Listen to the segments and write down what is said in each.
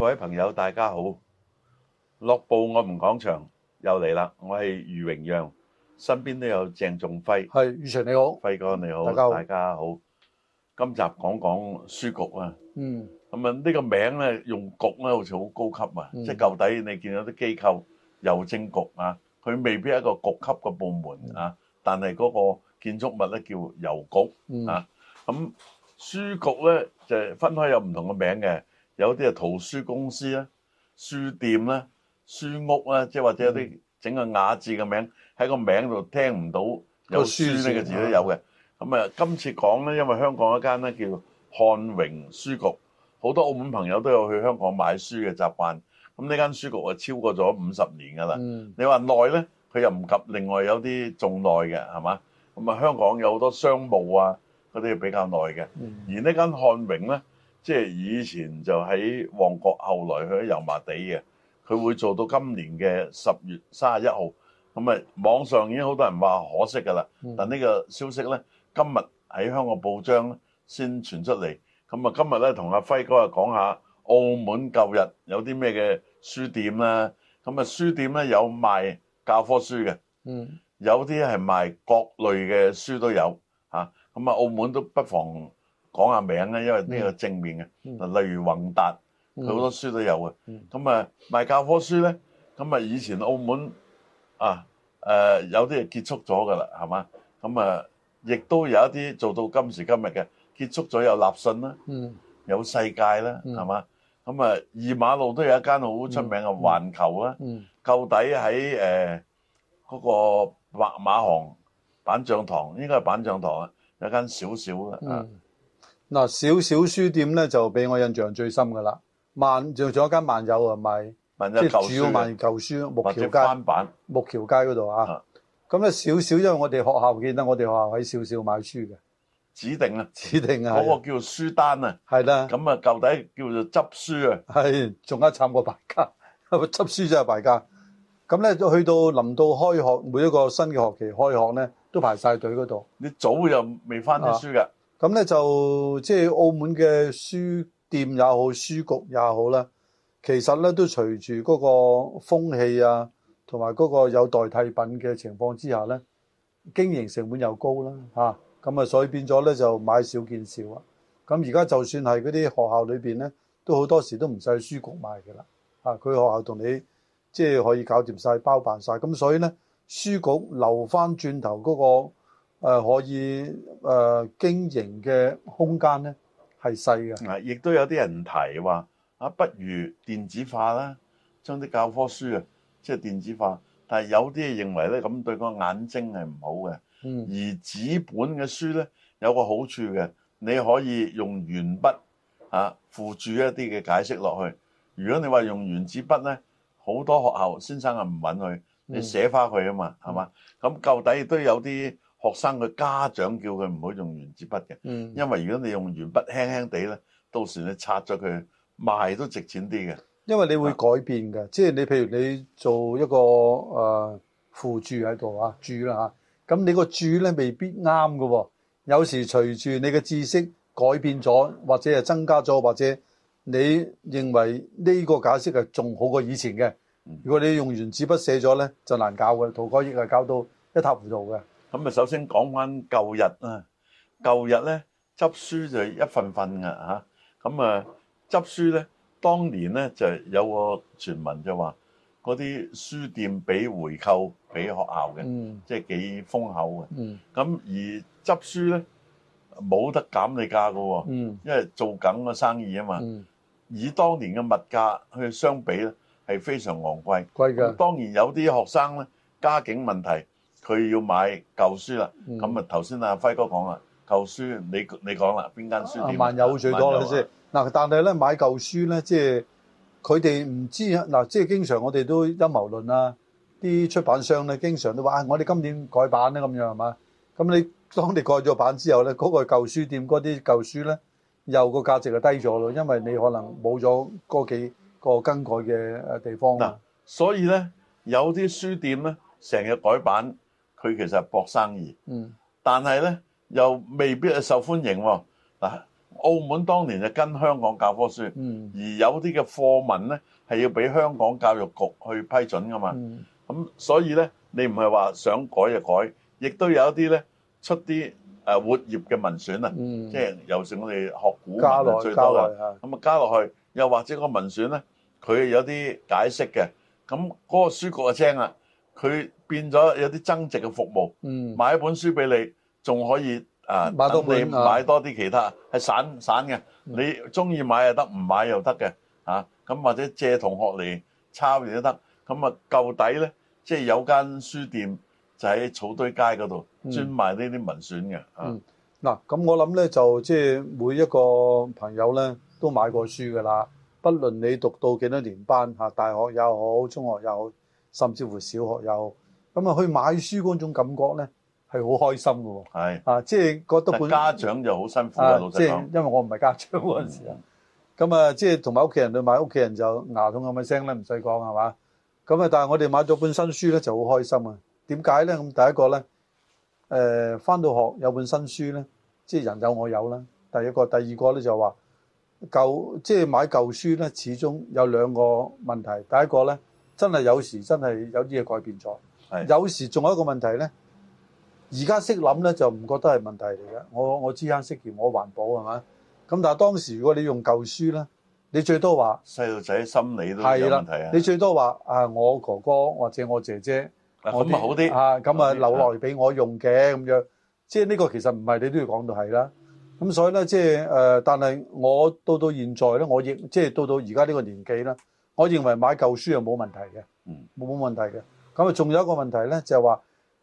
位朋友，大家好！樂報我們講場又嚟啦，我係余榮讓，身邊都有鄭仲輝，係宇翔你好，輝哥你好，大家好大家好。今集講講書局啊，嗯咁啊呢個名咧用局咧好似好高級啊，嗯即係舊底你見到啲機構郵政局啊，佢未必係一個局級嘅部門啊，但係嗰個建築物咧叫郵局。嗯啊咁書局咧就分開有唔同嘅名嘅，有啲係圖書公司啦、書店啦、書屋啊啦，即係或者有嗯啲整個雅字嘅名喺個名度聽唔到有個書書呢個字字都有嘅。咁啊，今次講咧，因為香港一間咧叫漢榮書局，好多澳門朋友都有去香港買書嘅習慣。咁呢間書局啊，超過咗五十年㗎啦。嗯你話耐咧，佢又唔及另外有啲仲耐嘅，係嘛？咁啊，香港有好多商務啊，嗰啲比較耐嘅。嗯而呢間漢榮咧，即係以前就喺旺角，後來去咗油麻地嘅，佢會做到今年嘅十月三十一號。咁啊，網上已經好多人話可惜㗎啦。嗯但呢個消息咧，今日喺香港報章咧先傳出嚟。咁啊，今日咧同阿輝哥啊講下澳門舊日有啲咩嘅書店啦。咁啊，書店咧有賣教科書嘅，嗯有啲係賣各類嘅書都有嚇。咁啊，澳門都不妨講下名啊咧，因為呢個正面嘅。嗯嗱例如宏達，佢好多書都有嘅。嗯咁啊，賣教科書咧，咁啊，以前澳門啊，誒、有啲係結束咗㗎啦，係嘛？咁啊，亦都有一啲做到今時今日嘅結束咗有立信啦，嗯有世界啦，嗯係嘛？咁啊，二馬路都有一間好出名嘅環球啦，嗯舊底喺誒嗰個白馬行板象堂，應該係板象堂啊，有間少少啦，啊嗯嗱，少少書店咧就俾我印象最深噶啦，萬仲仲有一間萬友啊，賣問即一係舊主書要啊嘅賣舊書木或橋者街翻版，木橋街嗰度啊啊。咁咧少少，因為我哋學校記得我哋學校喺少少買書嘅，指定嗯啊。指定啊嗰，個叫書單啊，係啦，咁啊，舊底叫做執書啊，係仲加慘過敗家， 執書真係敗家。咁咧去到臨到開學，每一個新嘅學期開學咧，都排晒隊嗰度。你早又未翻啲書㗎，咁咧就即係澳門嘅書店也好，書局也好啦，其實咧都隨住嗰個風氣啊，同埋嗰個有代替品嘅情況之下咧，經營成本又高啦嚇，咁啊所以變咗咧就買少見少啊。咁而家就算係嗰啲學校裏邊咧，都好多時都唔使去書局買嘅啦，啊佢學校同你即係可以搞掂晒、包辦晒。咁所以咧書局留翻轉頭嗰、個。誒、可以誒、經營嘅空間咧係細嘅，啊，亦都有啲人提話啊，不如電子化啦，將啲教科書啊，即係電子化。但係有啲認為咧，咁對個眼睛係唔好嘅。而嗯紙本嘅書咧，有個好處嘅，你可以用鉛筆啊附注一啲嘅解釋落去。如果你話用原子筆咧，好多學校先生啊唔允許，你嗯寫翻佢啊嘛，係嘛？咁舊底亦都有啲學生嘅家長叫佢唔好用原子筆嘅，嗯，因為如果你用鉛筆輕輕地咧，到時你拆咗佢賣都值錢啲嘅。因為你啊會改變嘅，即係你譬如你做一個誒、呃附注喺度啊，注啦嚇，咁你個注咧未必啱嘅喎，有時隨住你嘅知識改變咗，或者係增加咗，或者你認為呢個解釋係仲好過以前嘅嗯，如果你用原子筆寫咗咧，就難搞嘅，塗改液係搞到一塌糊塗嘅，咁啊，首先講翻舊日啊，舊日咧執書就一份份嘅嚇，咁啊執書咧，當年咧就有個傳聞就話嗰啲書店俾回扣俾學校嘅，嗯即係幾豐厚嘅。嗯咁而執書咧冇得減你價嘅喎，嗯因為做緊個生意啊嘛。嗯，以當年嘅物價去相比咧，係非常昂貴。貴嘅咁。當然有啲學生咧家境問題，佢要買舊書啦。嗯咁啊，頭先阿輝哥講啦，舊書你你講啦，邊間書啊店？萬有最多啦，萬即有係啊嗱，但係咧買舊書咧，即係佢哋唔知嗱，即係經常我哋都陰謀論啦，啲出版商咧經常都話、啊，我哋今年改版啦咁樣係嘛？咁你當你改咗版之後咧，嗰、個舊書店嗰啲舊書咧，又個價值就低咗咯，因為你可能冇咗嗰幾個更改嘅誒地方嗱啊。，所以咧有啲書店咧成日改版，佢其實係搏生意，嗯但係咧又未必係受歡迎喎。嗱，澳門當年就跟香港教科書，嗯而有啲嘅課文咧係要俾香港教育局去批准噶嘛。嗯咁所以咧，你唔係話想改就改，亦都有一啲咧出啲誒活頁嘅文選啊，嗯即，係尤其我哋學古文加啊落最加多啦落。啊，咁啊加落去，又或者個文選咧，佢有啲解釋嘅。咁嗰個書局就精啦，佢變咗有啲增值嘅服務，嗯買一本書俾你，仲可以啊，買多等你本啊嗯買多啲其他，係散散嘅，你中意買又得，唔買又得嘅啊。咁或者借同學嚟抄亦都得。咁啊，舊底咧，即係有間書店就喺草堆街嗰度嗯專賣呢啲文選嘅啊嗯。嗱，咁我諗咧就即係每一個朋友咧都買過書㗎啦，不論你讀到幾多年班嚇，大學又好，中學又好，甚至乎小學又好，咁啊去買書嗰種感覺咧係好開心㗎喎，係，啊即係覺得但本家長就好辛苦啊，啊老即實係講。因為我唔係家長嗰陣時嗯啊，咁啊即係同埋屋企人去買，屋企人就牙痛咁嘅聲咧，唔使講係嘛，咁啊但係我哋買咗本新書咧就好開心啊，點解咧？咁第一個咧。誒翻到學有本新書咧，即係人有我有啦。第一個，第二個咧就話舊，即係買舊書咧，始終有兩個問題。第一個咧，真係有時真係有啲嘢改變咗，係有時仲有一個問題咧，而家識諗咧就唔覺得係問題嚟嘅。我我知慳識儉，我環保係嘛？咁但係當時如果你用舊書咧，你最多話細路仔心理都係有啦問題啊，！你最多話啊，我哥哥或者我姐姐。嗱我咁啊好啲，啊，咁啊好啲留落嚟俾我用嘅咁樣，即係呢個其實唔係你都要講到係啦。咁所以咧，即係誒、呃但係我到到現在咧，我認即係到到而家呢個年紀咧，我認為買舊書係冇問題嘅，嗯，冇冇問題嘅。咁啊，仲有一個問題咧，就係話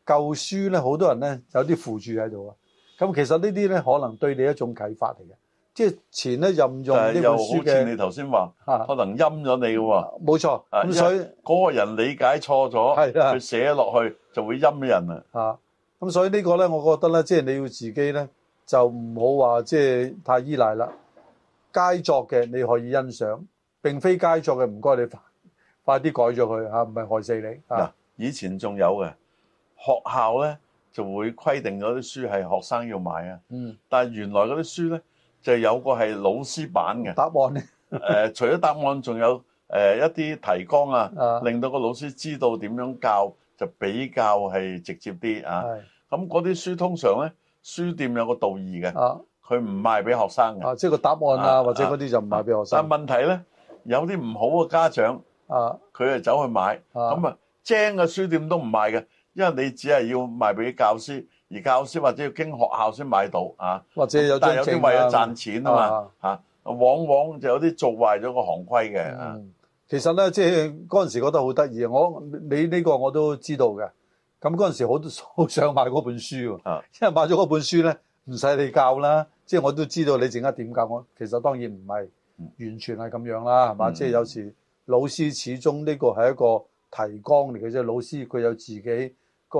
舊書咧，好多人咧有啲附注喺度啊。咁其實呢啲咧，可能對你一種啟發嚟嘅，即係前咧任用呢但係本又書好似嘅啊你頭先話，嚇，可能陰咗你嘅喎，冇錯。啊咁因所以。嗰個人理解錯咗，係啦佢寫落去就會陰人啊！啊，咁所以呢個呢，我覺得呢，即係你要自己呢，就唔好話即係太依賴啦。佳作嘅你可以欣賞，並非佳作嘅唔該你快 快啲改咗佢嚇，唔係害死你嗱啊。，以前仲有嘅學校咧就會規定嗰啲書係學生要買啊，嗯，但係原來嗰啲書咧就有個係老師版嘅 ，答案呢，誒除咗答案仲有誒一啲提綱啊啊，令到個老師知道點樣教就比較係直接啲啊。係咁嗰啲書通常咧書店有個道義嘅。啊佢唔賣俾學生嘅。啊，即係個答案啊，啊或者嗰啲就唔係俾學但生問題咧，有啲唔好嘅家長，啊佢係走去買，啊咁啊精嘅書店都唔賣嘅，因為你只係要賣俾教師，而教師或者要經學校先買到啊。或者有張但係有證啲為啊咗賺錢啊嘛嚇、往往就有啲做壞咗個行規嘅啊。嗯，其實咧，即係嗰陣時覺得好得意，我你呢個我都知道嘅。咁嗰陣時好好想買嗰本書喎，啊因為買咗嗰本書咧，唔使你教啦，即係我都知道你陣間點教我。其實當然唔係嗯完全係咁樣啦，係嘛？嗯即係有時老師始終呢個係一個提綱嚟嘅啫，老師佢有自己嗰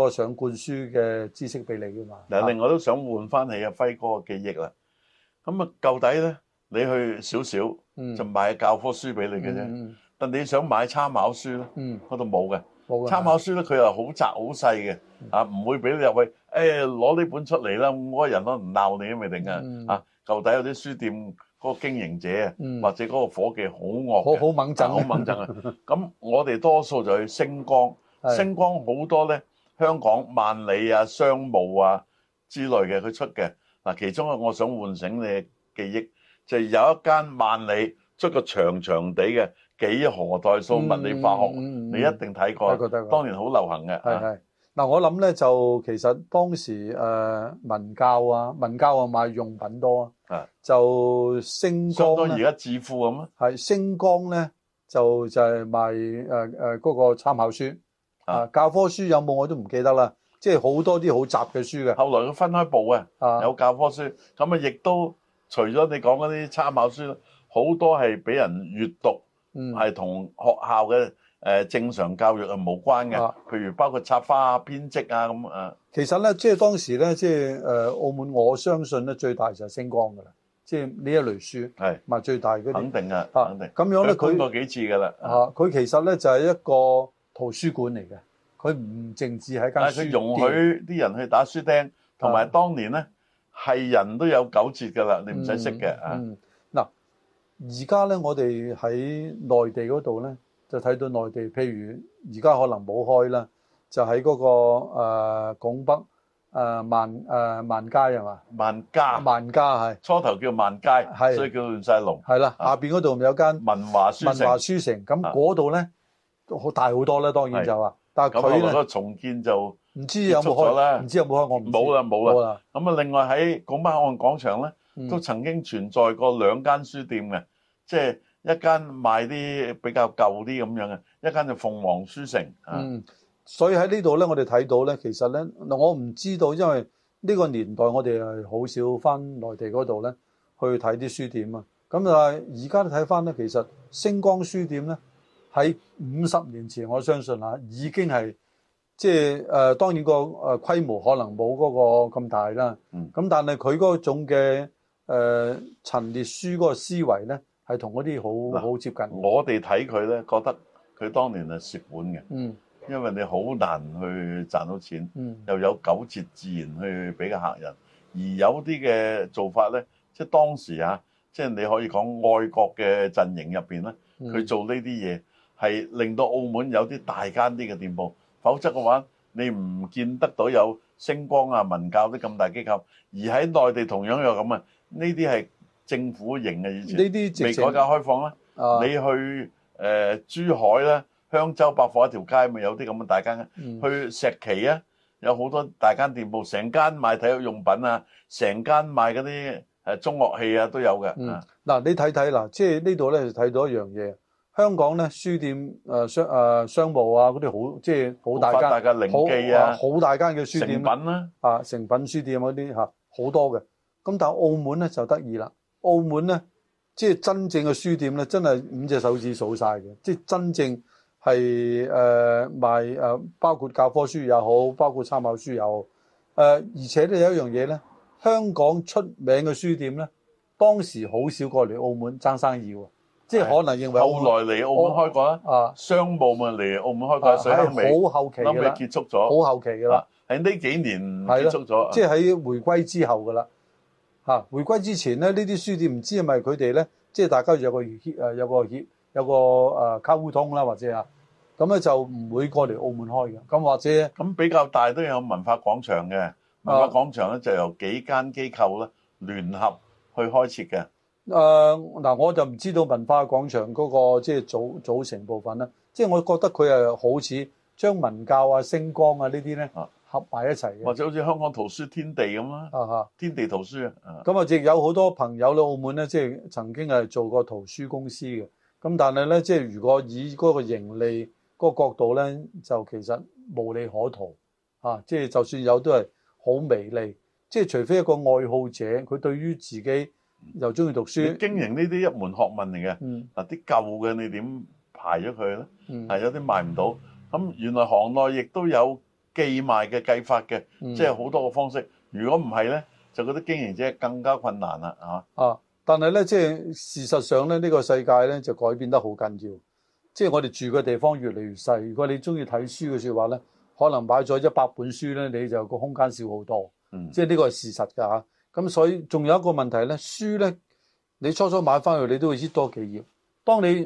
個想灌輸嘅知識俾你噶嘛。嗱、另外都想換翻起阿輝哥嘅記憶啦。咁啊，舊底咧，你去少少嗯就買教科書俾你嘅啫，嗯但你想買參考書咧，嗯，嗰度冇嘅。冇啊嗯㗎參考書咧，佢又好窄好細嘅，啊唔會俾你入去，誒攞呢本出嚟啦，嗰個人可能鬧你都未定啊嗯！啊，舊底有啲書店嗰個經營者啊，嗯或者嗰個伙計好好惡嘅，好猛震好猛憎啊！咁我哋多數就去星光，係星光好多咧，香港萬里啊、商務啊之類嘅佢出嘅嗱，其中我想喚醒你嘅記憶，就係有一間萬里出個長長地嘅幾何代數物理化學。嗯嗯嗯嗯你一定睇過，睇過睇過當年好流行嘅。係啊係嗱，我諗咧就其實當時誒、呃文教啊，文教啊賣用品多啊啊，就星相當光啊而咧家致富咁啊，係星光咧就就係賣誒誒嗰個參考書啊啊，教科書有冇我都唔記得啦，即係好多啲好雜嘅書嘅後來佢分開部啊，啊，有教科書，咁啊亦都除咗你講嗰啲參考書，好多係俾人閱讀，嗯係同學校嘅誒正常教育係無關嘅啊，譬如包括插花啊、編織啊咁啊，其實咧，即係當時咧，即係誒、呃澳門，我相信咧最大就係星光噶啦，即係呢一類書係賣最大嗰啲肯定啊，啊肯定。，咁樣咧佢搬。佢過幾次㗎啦，啊，佢其實咧就係一個圖書館嚟嘅，佢唔淨止係間但係書佢店。容許啲人去打書釘，同埋當年咧係人都有九折㗎啦，你唔使識嘅啊。嗯，嗯嗱、而家咧，我哋喺內地嗰度咧，就睇到內地，譬如而家可能冇開啦，就喺嗰、個誒、呃拱北誒、呃、萬誒、呃、萬佳係嘛？萬家萬佳係初頭叫萬佳，係所以叫亂晒龍。係啦，啊下邊嗰度咪有間文華書文城華書城，咁啊嗰度咧好大好多啦，當然係就話，但係咁後來佢咧嗰個重建就唔知有結冇束咗啦開，唔知有冇開，我唔知冇啦冇啦。冇啦，咁啊，另外喺拱北口岸廣場咧，嗯都曾經存在過兩間書店嘅，即係一間賣啲比較舊啲咁樣嘅，一間就鳳凰書城啊。嗯，所以喺呢度咧，我哋睇到咧，其實咧，嗱我唔知道，因為呢個年代我哋係好少翻內地嗰度咧去睇啲書店啊。咁但係而家睇翻咧，其實星光書店咧喺五十年前，我相信啊已經係即係誒、呃，當然個誒規模可能冇嗰個咁大啦。嗯咁但係佢嗰種嘅誒、呃、陳列書嗰個思維咧，係同嗰啲好嗱好接近。我哋睇佢咧，覺得佢當年係蝕本嘅，嗯因為你好難去賺到錢。嗯又有九折，自然去俾個客人。而有啲嘅做法咧，即係當時啊，即係你可以講愛國嘅陣營入邊咧，嗯佢做呢啲嘢係令到澳門有啲大間啲嘅店鋪，否則嘅話你唔見得到有星光啊、文教啲咁大機構。而喺內地同樣有咁啊，呢啲係政府型嘅以呢前，啲直未情改革開放啦。啊你去誒珠海啦、香洲百貨一條街咪有啲咁嘅大間嘅。嗯去石岐啊，有好多大間店鋪，成間賣體育用品啊，成間賣嗰啲誒中樂器啊都有嘅。嗯啊，嗱，你睇睇嗱，即係呢度咧就睇到一樣嘢，香港咧書店誒商誒商務啊嗰啲好即係好大發間，達嘅零記好啊，好大間嘅書成店品啦啦，啊，成品書店嗰啲嚇啊好多嘅。咁但係澳門咧就得意啦，澳門咧即係真正嘅書店咧，真係五隻手指數晒嘅，即係真正係誒、呃、賣誒、呃包括教科書又好，包括參考書又好。誒、呃而且咧有一樣嘢咧，香港出名嘅書店咧，當時好少過嚟澳門爭生意喎，即係係可能認為澳後門來嚟澳門開過啦，啊商務咪嚟澳門開過啊喺水坑尾，係好後期後嘅尾啦，結束咗。好後期嘅啦啊。喺呢幾年係啦結束咗，啊即係喺回歸之後噶啦。嚇、回歸之前咧，呢啲書店唔知係咪佢哋咧，即係大家有個協誒有個協有個誒溝通啦，或者啊，咁咧就唔會過嚟澳門開嘅。咁或者咁比較大都有文化廣場啊嘅，文化廣場咧就由幾間機構咧聯合去開設嘅。誒呃嗱、我就唔知道文化廣場嗰、個即係組組成部分啦。即係我覺得佢係好似將文教啊、星光啊呢啲咧啊合埋一齊嘅。或者好似香港圖書天地咁啦，啊嚇！天地圖書啊，咁啊，亦有好多朋友咧，澳門咧，即係曾經係做過圖書公司嘅。咁但係咧，即係如果以嗰個盈利嗰個角度咧，就其實無利可圖啊！即係就算有都係好微利，即係除非一個愛好者，佢對於自己又中意讀你書，經營呢啲一門學問嚟嘅。嗯嗱，啲舊嘅你點排咗佢咧？嗯，係有啲賣唔到，咁原來行內亦都有寄賣嘅計法嘅，嗯即係好多個方式。如果唔係咧，就嗰啲經營者更加困難啦，啊！啊！但係咧，即係事實上咧，呢、個世界咧就改變得好緊要。即係我哋住嘅地方越嚟越細。如果你中意睇書嘅説話咧，可能買咗一百本書咧，你就個空間少好多。嗯即係呢個係事實㗎嚇。咁所以仲有一個問題咧，書咧你初初買翻去你都會知多幾頁。當你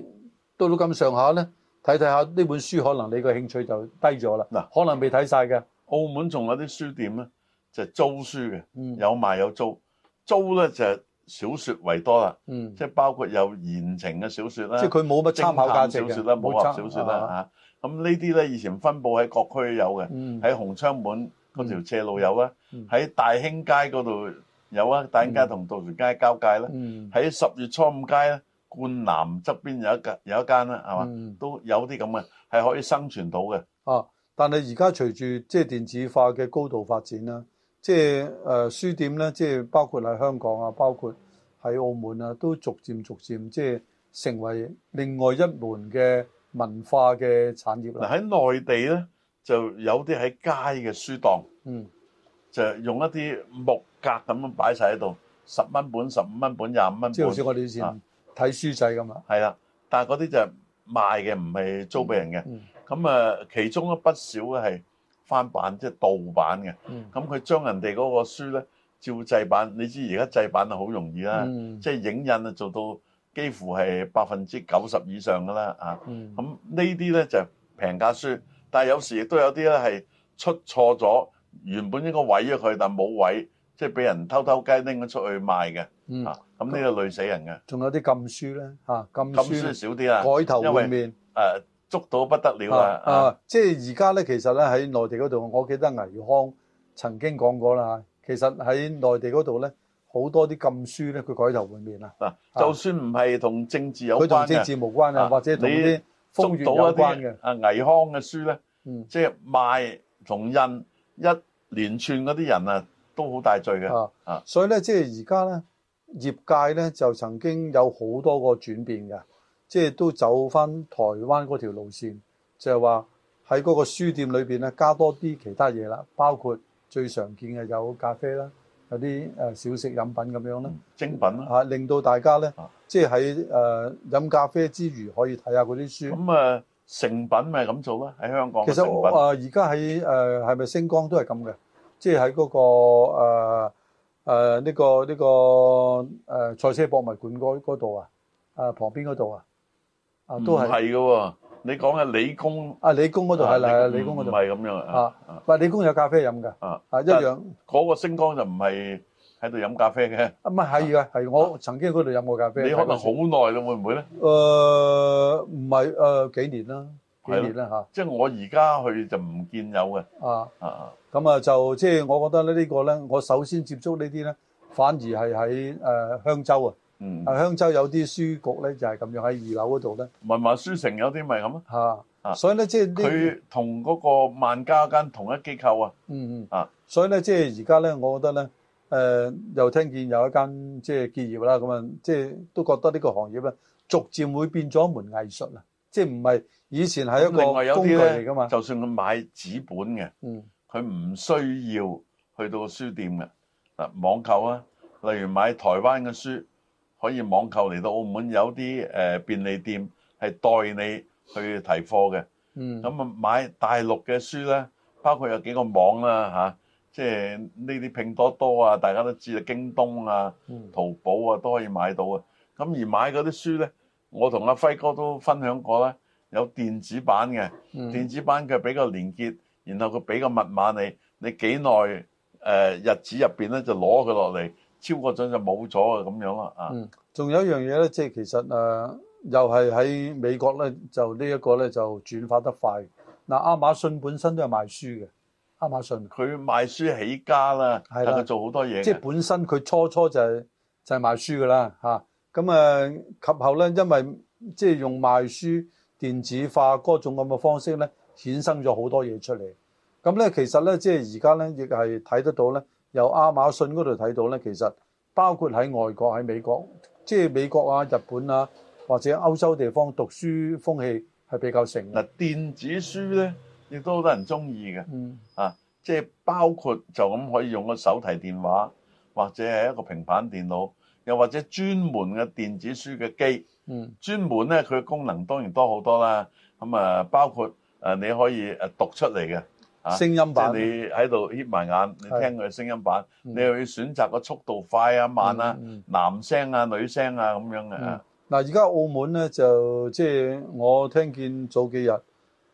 到到咁上下咧，睇睇下呢本書，可能你個興趣就低咗啦。嗱可能未睇晒嘅。澳門仲有啲書店咧，就租書嘅，嗯有賣有租。租咧就小説為多啦，嗯，即係包括有言情嘅小説啦，即係佢冇乜參考價值偵探嘅，小説啦、武俠參小説啊啦嚇。咁呢啲咧以前分佈喺各區有嘅。嗯喺紅窗門嗰條斜路有啦嗯，喺大興街嗰度有啊，大興街同渡船街交界啦，嗯。喺十月初五街咧，冠南側邊有一間有一間啦，係嘛，嗯都有啲咁嘅係可以生存到嘅。啊！但係而家隨住即係電子化嘅高度發展啦，即係誒、呃、書店咧，即係包括喺香港啊，包括喺澳門啊，都逐漸逐漸即係成為另外一門嘅文化嘅產業嗱啦。喺內地咧，就有啲喺街嘅書檔，嗯就用一啲木格咁樣擺晒喺度，十蚊本、十五蚊本、廿五蚊即係好似本，我哋以前啊睇書仔咁啊。係啦。但係嗰啲就係賣嘅，唔係租俾人嘅。嗯咁啊，其中咧不少係翻版，即係盜版嘅。嗯咁佢將人哋嗰個書咧照製版。你知而家製版啊好容易啦，嗯即係影印啊做到幾乎係百分之九十以上㗎啦啊！嗯咁呢啲咧就平價書，但係有時亦都有啲咧係出錯咗，原本應該毀咗佢，但冇毀，即係俾人偷偷雞拎咗出去賣嘅。嗯，啊，咁呢個累死人嘅。仲有啲禁書咧嚇，禁禁書啊書少啲啦，改頭因換為面。誒捉到不得了啦。啊啊！即係而家咧，其實咧喺內地嗰度，我記得倪匡曾經講過啦。其實喺內地嗰度咧，好多啲禁書咧，佢改頭換面啊。嗱，就算唔係同政治有佢同關政嘅，治無關啊，啊或者同你啲捉風月到一有關啲嘅。啊倪匡嘅書咧，嗯即係賣同印一連串嗰啲人啊，都好大罪嘅。啊啊，所以咧，即係而家咧，業界咧就曾經有好多個轉變嘅，即係都走翻台灣嗰條路線，就係話喺嗰個書店裏邊咧加多啲其他嘢啦，包括最常見嘅有咖啡啦，有啲誒小食飲品咁樣啦。精品啦，啊，令到大家咧嗯啊，即係喺誒飲咖啡之餘，可以睇下嗰啲書。咁啊成品咪咁做啦，喺香港其嘅實成我品啊，而家喺誒係咪星光都係咁嘅，即係喺嗰個誒誒呢個呢個誒賽車博物館嗰嗰度啊，啊旁邊嗰度啊，啊唔都係係嘅喎。你講嘅理工啊理工嗰度係啦，啊理工嗰唔度係咁樣啊啊，喂理工有咖啡飲㗎，啊！啊一但樣嗰個星光就唔係喺度飲咖啡 嘅，啊唔係係㗎，係我曾經喺嗰度飲過 咖啡。你可能睇過書好耐啦，會唔會咧？誒唔係誒幾年啦，幾係咯年啦即係我而家去就唔見有嘅，嚇啊。啊啊咁啊，就即係我覺得咧，呢個呢，我首先接觸呢啲呢，反而係喺誒香洲啊，嗯，啊香洲有啲書局呢，就係咁樣喺二樓嗰度呢。文華書城有啲咪咁咯，嚇，啊所以呢，即係呢，佢同嗰個萬家間同一機構啊，嗯嗯啊，所以呢，即係而家呢，我覺得呢，誒又聽見有一間即係結業啦，咁啊，即係都覺得呢個行業呢，逐漸會變咗一門藝術啦，即係唔係以前係一另外個有工具啲嚟咧㗎嘛，，就算佢買紙本嘅，嗯佢唔需要去到書店嘅，嗱網購啊，例如買台灣嘅書可以網購嚟到澳門，有啲誒便利店係代你去提貨嘅。嗯，咁啊買大陸嘅書咧，包括有幾個網啦嚇、即係呢啲拼多多啊，大家都知啊，京東啊、嗯淘寶啊都可以買到啊。咁而買嗰啲書咧，我同阿輝哥都分享過啦，有電子版嘅，嗯電子版佢俾個連結，然後佢俾個密碼你，你幾耐誒日子入邊咧就攞佢落嚟，超過咗就冇咗啊咁樣啦啊。嗯，仲有一樣嘢咧，即係其實誒、呃又係喺美國咧，就呢一個咧就轉化得快。嗱、亞馬遜本身都係賣書嘅，亞馬遜啊佢賣書起家啦，係但啦佢做好多嘢即係嘅。本身佢初初就係、就係、賣書噶啦嚇。咁啊，及後咧，因為即係用賣書電子化嗰種咁嘅方式咧，衍生咗好多嘢出嚟。咁咧，其實咧，即係而家咧，亦係睇得到咧，由亞馬遜嗰度睇到咧，其實包括喺外國、喺美國，即係美國啊、日本啊，或者歐洲地方讀書風氣係比較盛嘅。嗱，電子書咧，亦都好多人中意嘅，嗯即係包括就咁可以用個手提電話，或者係一個平板電腦，又或者專門嘅電子書嘅機。嗯專門咧，佢嘅功能當然多好多啦。咁啊，包括誒你可以誒讀出嚟嘅，啊聲音即係版你喺度瞌埋眼，你聽佢嘅聲音版，嗯你又要選擇個速度快啊、慢啊、嗯嗯男聲啊、女聲啊咁樣嘅。嗯嗱，而家澳門咧就即係我聽見早幾日，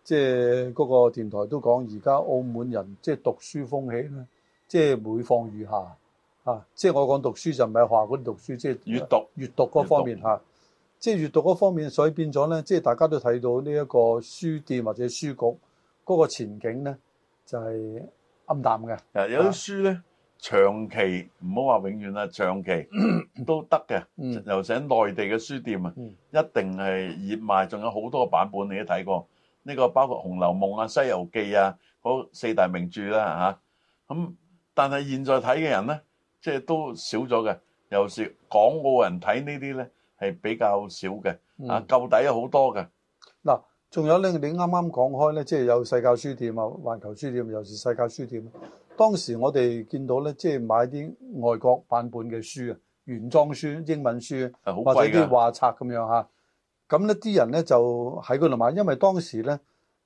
即係嗰個電台都講，而家澳門人即係讀書風氣咧，即係每況愈下啊！即係我講讀書就唔係學校嗰啲讀書，即係閱讀閱讀嗰方面閱嚇，即係閱讀嗰方面，所以變咗咧，即係大家都睇到呢一個書店或者書局嗰個前景咧，就係暗淡嘅。誒有啲書咧，長期唔好話永遠啦，長期都得嘅。嗯尤其喺內地嘅書店啊，嗯一定係熱賣，仲有好多個版本你都睇過。呢、個包括《紅樓夢》啊、《西遊記》啊，嗰四大名著啦、嚇。咁、但係現在睇嘅人咧，即係都少咗嘅。尤其是港澳人睇呢啲咧係比較少嘅，嗯啊舊底有好多嘅。嗱，仲有咧，你啱啱講開咧，即係有世界書店啊、環球書店，又是世界書店。當時我哋見到咧，即係買啲外國版本嘅書啊，原裝書、英文書，係好或者貴啊㗎啲畫冊咁樣嚇。咁呢啲人咧就喺嗰度買，因為當時咧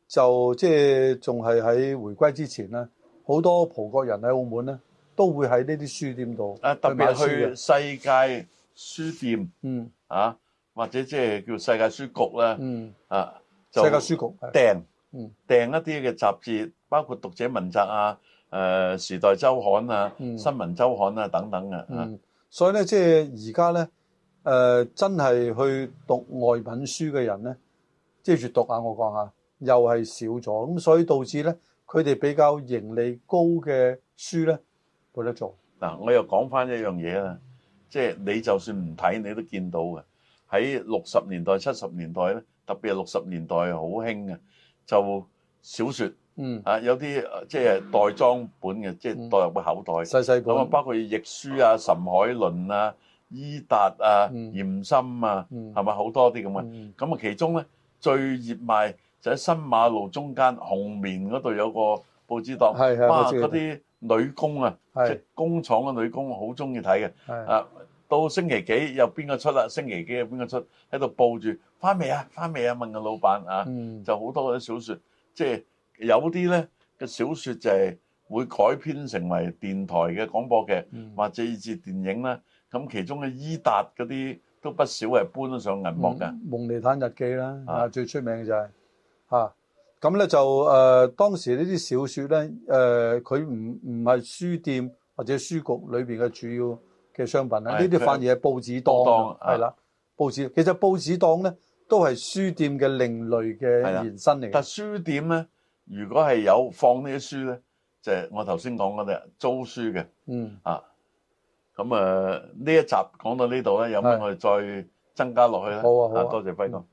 就即係仲係喺回歸之前咧，好多葡國人喺澳門咧都會喺呢啲書店度啊，特買別書嘅去世界書店嗯啊，或者即係叫世界書局啦，嗯，啊，就世界書局係訂嗯訂一啲嘅雜誌，包括讀者文摘啊、誒時代周刊啊、嗯新聞周刊啊等等嘅啊，嗯，所以咧即係而家咧誒真係去讀外文書嘅人咧，即係閲讀啊，我講下又係少咗，咁所以導致咧佢哋比較盈利高嘅書咧冇得做，嗱，我又講翻一樣嘢啦，即係你就算唔睇，你都見到嘅。喺六十年代、七十年代咧，特別係六十年代好興嘅，就小説嗯，啊，有啲呃即係袋裝本嘅，即係嗯袋入個口袋。細細咁啊，本，包括亦舒啊、岑海倫啊、伊達啊、嗯嚴森啊，嗯係咪好多啲咁嘅？嗯咁啊，其中咧最熱賣就喺新馬路中間紅棉嗰度有個報紙檔，係係哇！我知嗰啲女工啊，即係係工廠嘅女工好中意睇嘅。係啊，到星期幾有邊個出啦？星期幾有邊個出？喺度報住翻未啊？翻未啊？問個老闆啊！嗯就好多嗰啲小説，即係有啲咧嘅小説就係會改編成為電台嘅廣播劇，嗯或者以至電影啦。咁其中嘅伊達嗰啲都不少係搬咗上銀幕嘅。嗯蒙尼坦日記啦，啊啊最出名嘅就係啊咁咧就誒、呃、當時呢啲小説咧誒佢唔唔係書店或者書局裏邊嘅主要嘅商品啦，係呢啲佢反而係報紙檔報檔啊啊係啦，報紙其實報紙檔咧都係書店嘅另類嘅係啦延伸嚟但嘅，書店咧，如果係有放呢啲書咧，就係、我頭先講嗰啲租書嘅嗯啊。咁誒呢一集講到呢度咧，有冇係我哋再增加落去咧？好啊好啊多謝輝哥。嗯